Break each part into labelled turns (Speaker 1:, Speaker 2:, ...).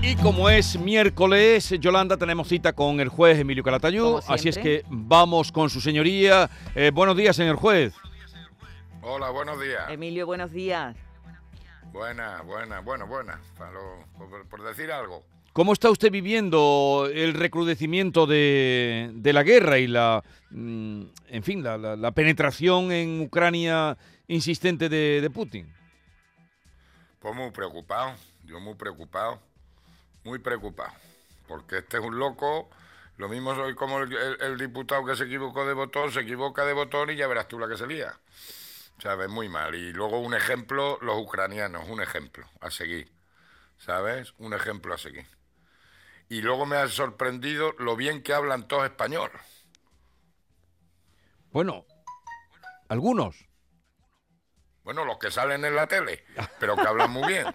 Speaker 1: Y como es miércoles, Yolanda, tenemos cita con el juez Emilio Calatayud,
Speaker 2: Como
Speaker 1: así es
Speaker 2: siempre.
Speaker 1: que vamos con su señoría. Eh, buenos días, señor juez.
Speaker 3: Hola, buenos días.
Speaker 1: Ah.
Speaker 2: Emilio, buenos días.
Speaker 3: Buenas, buenas, bueno, buenas. para lo- por, por decir algo.
Speaker 1: ¿Cómo está usted viviendo el recrudecimiento de, de la guerra y la, mm, en fin, la, la- la penetración en Ucrania insistente de, de Putin?
Speaker 3: Pues muy preocupado, yo muy preocupado, muy preocupado. Porque este es un loco. Lo mismo soy como el, el- el diputado que se equivocó de botón, se equivoca de botón y ya verás tú la que se lía. ¿Sabes? Muy mal. Y luego un ejemplo, los ucranianos, un ejemplo a seguir. ¿Sabes? Un ejemplo a seguir. Y luego me ha sorprendido lo bien que hablan todos español.
Speaker 1: Bueno, algunos.
Speaker 3: Bueno, los que salen en la tele, pero que hablan muy bien.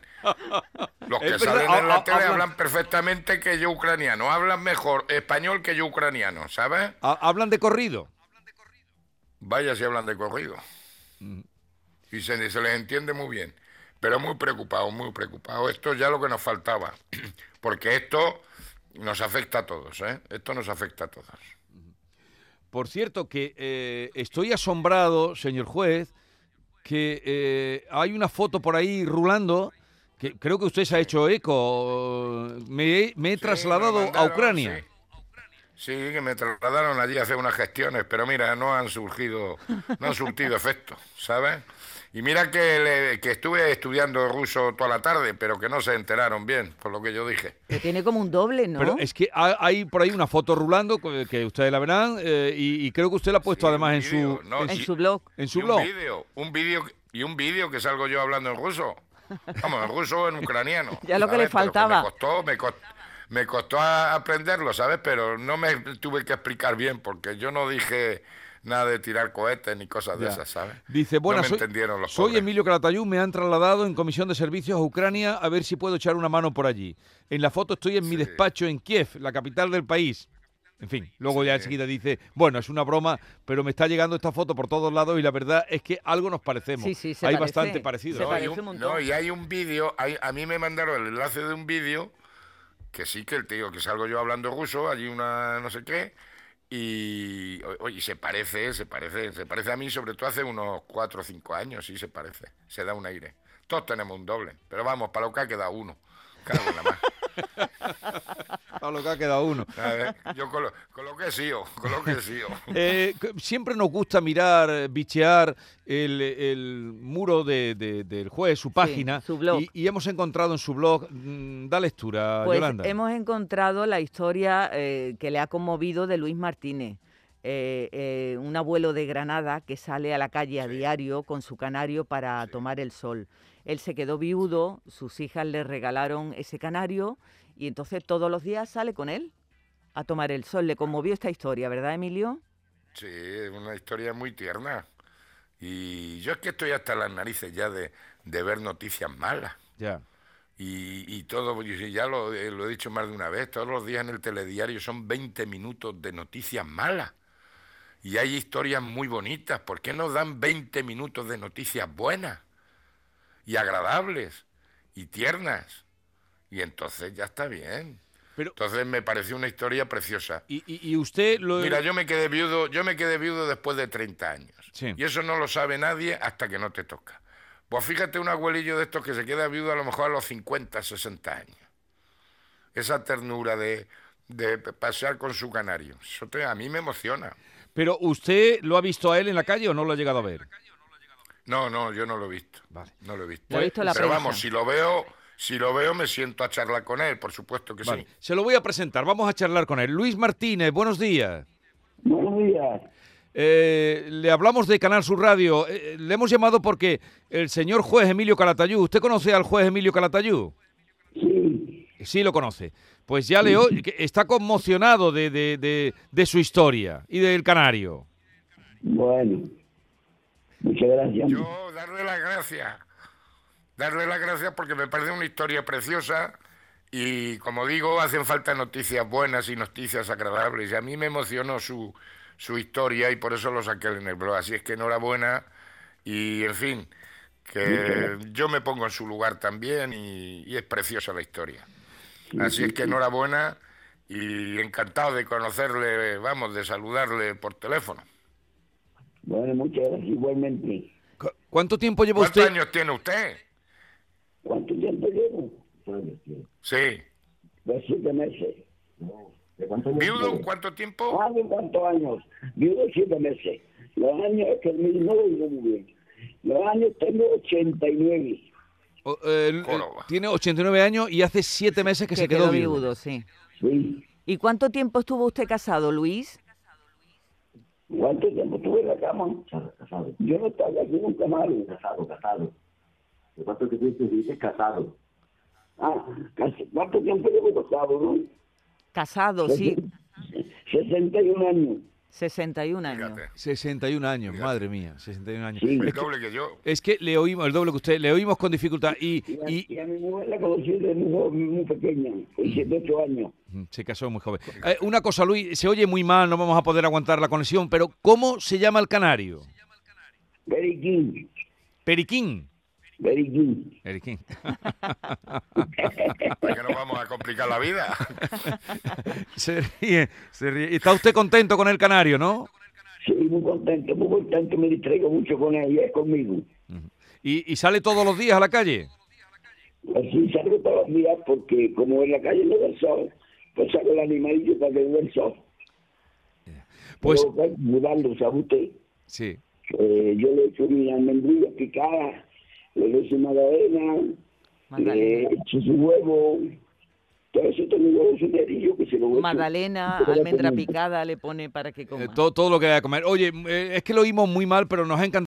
Speaker 3: Los que
Speaker 1: Es verdad,
Speaker 3: salen en
Speaker 1: ha-
Speaker 3: la
Speaker 1: ha-
Speaker 3: tele
Speaker 1: hablan-
Speaker 3: hablan perfectamente que yo ucraniano, hablan mejor español que yo ucraniano, ¿sabes?
Speaker 1: Ha- hablan de corrido.
Speaker 3: Vaya si hablan de corrido.
Speaker 1: Mm.
Speaker 3: Y se, se les entiende muy bien. Pero muy preocupado, muy preocupado. Esto ya lo que nos faltaba. Porque esto nos afecta a todos, ¿eh? Esto nos afecta a todos.
Speaker 1: Por cierto, que eh, estoy asombrado, señor juez, que eh, hay una foto por ahí rulando, que creo que usted se ha hecho eco. Me he, me he trasladado
Speaker 3: Sí, me
Speaker 1: a
Speaker 3: mandaron,
Speaker 1: Ucrania.
Speaker 3: Sí. Sí, que me trasladaron allí a hacer unas gestiones, pero mira, no han surgido, no han surtido efecto, ¿sabes? Y mira que, le- que estuve estudiando ruso toda la tarde, pero que no se enteraron bien, por lo que yo dije.
Speaker 2: Pero tiene como un doble, ¿no?
Speaker 1: Pero es que ha- hay por ahí una foto rulando que que ustedes la verán eh, y, y creo que usted la ha puesto
Speaker 3: Sí,
Speaker 1: además en
Speaker 3: un vídeo,
Speaker 1: su,
Speaker 3: ¿no?
Speaker 1: en
Speaker 2: en
Speaker 3: y-
Speaker 1: su,
Speaker 2: su blog.
Speaker 1: en su
Speaker 3: y
Speaker 1: blog.
Speaker 3: Un vídeo, un vídeo, que- y un vídeo que salgo yo hablando en ruso. Vamos, en ruso o en ucraniano.
Speaker 2: Ya lo que le
Speaker 3: ¿sabes? Pero
Speaker 2: faltaba.
Speaker 3: me costó, me costó. Me costó a- aprenderlo, ¿sabes? Pero no me tuve que explicar bien porque yo no dije nada de tirar cohetes ni cosas de
Speaker 1: Ya.
Speaker 3: esas, ¿sabes?
Speaker 1: Dice, bueno,
Speaker 3: no me
Speaker 1: soy,
Speaker 3: entendieron los
Speaker 1: soy
Speaker 3: pobres.
Speaker 1: Emilio Calatayud, me han trasladado en comisión de servicios a Ucrania a ver si puedo echar una mano por allí. En la foto estoy en mi
Speaker 3: Sí.
Speaker 1: despacho en Kiev, la capital del país. En fin, luego ya enseguida dice, bueno, es una broma, pero me está llegando esta foto por todos lados y la verdad es que algo nos parecemos.
Speaker 2: Sí, sí, se
Speaker 1: Hay
Speaker 2: parece.
Speaker 1: bastante parecido. ¿eh? ¿no?
Speaker 2: Se parece
Speaker 3: No, y un-
Speaker 2: un montón.
Speaker 3: no, y hay un vídeo, hay- a mí me mandaron el enlace de un vídeo que sí que el tío, que salgo yo hablando ruso, allí una no sé qué, y o- oye, se parece, se parece, se parece a mí, sobre todo hace unos cuatro o cinco años, sí se parece, se da un aire. Todos tenemos un doble, pero vamos, para lo que ha quedado uno. Cago en la mar.
Speaker 1: A lo que ha quedado uno.
Speaker 3: A ver, yo con lo, con lo que he sido, con lo que he sido.
Speaker 1: Eh, c- siempre nos gusta mirar, eh, bichear el, el muro de- de- del juez, su página.
Speaker 2: su blog.
Speaker 1: Y, y hemos encontrado en su blog, mm, da lectura,
Speaker 2: Pues
Speaker 1: Yolanda.
Speaker 2: hemos encontrado la historia eh, que le ha conmovido de Luis Martínez, eh, eh, un abuelo de Granada que sale a la calle a diario con su canario para tomar el sol. Él se quedó viudo, sus hijas le regalaron ese canario y entonces todos los días sale con él a tomar el sol. Le conmovió esta historia, ¿verdad, Emilio?
Speaker 3: Sí, es una historia muy tierna. Y yo es que estoy hasta las narices ya de, de ver noticias malas.
Speaker 1: Ya.
Speaker 3: Y, y todo, y ya lo, eh, lo he dicho más de una vez, todos los días en el telediario son 20 minutos de noticias malas. Y hay historias muy bonitas. ¿Por qué nos dan 20 minutos de noticias buenas? Y agradables. Y tiernas. Y entonces ya está bien.
Speaker 1: Pero,
Speaker 3: Entonces me pareció una historia preciosa.
Speaker 1: y, y- y usted lo.
Speaker 3: Mira, yo me quedé viudo, yo me quedé viudo después de 30 años.
Speaker 1: Sí.
Speaker 3: Y eso no lo sabe nadie hasta que no te toca. Pues fíjate un abuelillo de estos que se queda viudo a lo mejor a los 50, 60 años. Esa ternura de, de pasear con su canario. Eso te- a mí me emociona.
Speaker 1: Pero usted lo ha visto a él en la calle o no lo ha llegado a ver.
Speaker 3: No, no, yo no lo he visto.
Speaker 1: Vale.
Speaker 3: No lo he visto.
Speaker 2: Lo ha visto la
Speaker 3: Pero
Speaker 2: prensa.
Speaker 3: vamos, si lo veo, si lo veo me siento a charlar con él, por supuesto que
Speaker 1: Vale.
Speaker 3: sí.
Speaker 1: Se lo voy a presentar. Vamos a charlar con él. Luis Martínez, buenos días.
Speaker 4: Buenos días.
Speaker 1: Eh, le hablamos de Canal Sur Radio. Eh, eh, le hemos llamado porque el señor juez Emilio Calatayú. ¿Usted conoce al juez Emilio Calatayú?
Speaker 4: Sí,
Speaker 1: Sí, lo conoce. Pues ya leo que está conmocionado de, de- de- de su historia y del canario.
Speaker 4: bueno. Muchas gracias.
Speaker 3: Yo darle las gracias. Darle las gracias porque me parece una historia preciosa y, como digo, hacen falta noticias buenas y noticias agradables. Y a mí me emocionó su, su historia y por eso lo saqué en el blog. Así es que enhorabuena y, en fin, que yo me pongo en su lugar también y, y es preciosa la historia. Así es que enhorabuena y encantado de conocerle, vamos, de saludarle por teléfono.
Speaker 4: Bueno, muchas gracias igualmente.
Speaker 1: Cu- ¿Cuánto tiempo lleva
Speaker 3: ¿Cuántos
Speaker 1: usted?
Speaker 3: años tiene usted?
Speaker 4: ¿Cuánto tiempo llevo?
Speaker 3: Sí.
Speaker 4: De siete meses.
Speaker 3: ¿Viudo? ¿Cuánto tiempo?
Speaker 4: Este, Ah, ¿de cuántos años? Vivo siete meses. Los años es que el mismo no vivo muy bien. Los años tengo 89.
Speaker 1: O- eh, el-
Speaker 3: Córdoba.
Speaker 1: tiene 89 años y hace 7 meses que, se quedó, viudo.
Speaker 2: sí.
Speaker 4: Sí.
Speaker 2: ¿Y cuánto tiempo estuvo usted casado, Luis?
Speaker 4: ¿Cuánto tiempo tuve en la cama? Yo no estaba aquí nunca malo.
Speaker 5: Casado, casado. ¿De cuánto que dices? Dices casado.
Speaker 4: Ah, casi- ¿cuánto tiempo llevo casado, no?
Speaker 2: Casado, sí,
Speaker 4: 61 años.
Speaker 2: 61 años.
Speaker 3: Fíjate,
Speaker 1: 61 años, madre mía, 61 años.
Speaker 4: Sí.
Speaker 3: el
Speaker 1: Es, que,
Speaker 3: doble que yo.
Speaker 1: es que le oímos, el doble que usted, le oímos con dificultad y,
Speaker 4: Y a,
Speaker 1: y-
Speaker 4: y a mi mujer la conocí de muy, joven, muy pequeña, con 7, 8 años.
Speaker 1: Mm, se casó muy joven. Eh, una cosa, Luis, se oye muy mal, no vamos a poder aguantar la conexión, pero ¿cómo se llama el canario?
Speaker 4: Periquín,
Speaker 1: Periquín.
Speaker 4: periquín.
Speaker 1: Periquín.
Speaker 3: ¿Para qué nos vamos a complicar la vida?
Speaker 1: Se ríe, se ríe. ¿Está usted contento con el canario, no?
Speaker 4: Sí, muy contento, muy contento, me distraigo mucho con ella, es conmigo.
Speaker 1: ¿Y, y sale todos los días a la calle?
Speaker 4: Así salgo todos los días porque como en la calle no da el sol, pues saco el animalillo para que no dé el sol.
Speaker 1: Pues
Speaker 4: Pero, pues, mudando, ¿sabe usted?
Speaker 1: sí.
Speaker 4: Eh, yo le echo mi almendrilla picada, le echo magdalena, le
Speaker 2: Magdalena,
Speaker 4: echo Eh, su huevo, todo eso tengo yo, su dedillo que se lo echo.
Speaker 2: Magdalena,
Speaker 4: Yo lo
Speaker 2: almendra
Speaker 4: como.
Speaker 2: picada le pone para que coma.
Speaker 1: Eh, todo, todo lo que hay a comer. Oye, eh, es que lo oímos muy mal, pero nos ha encantado.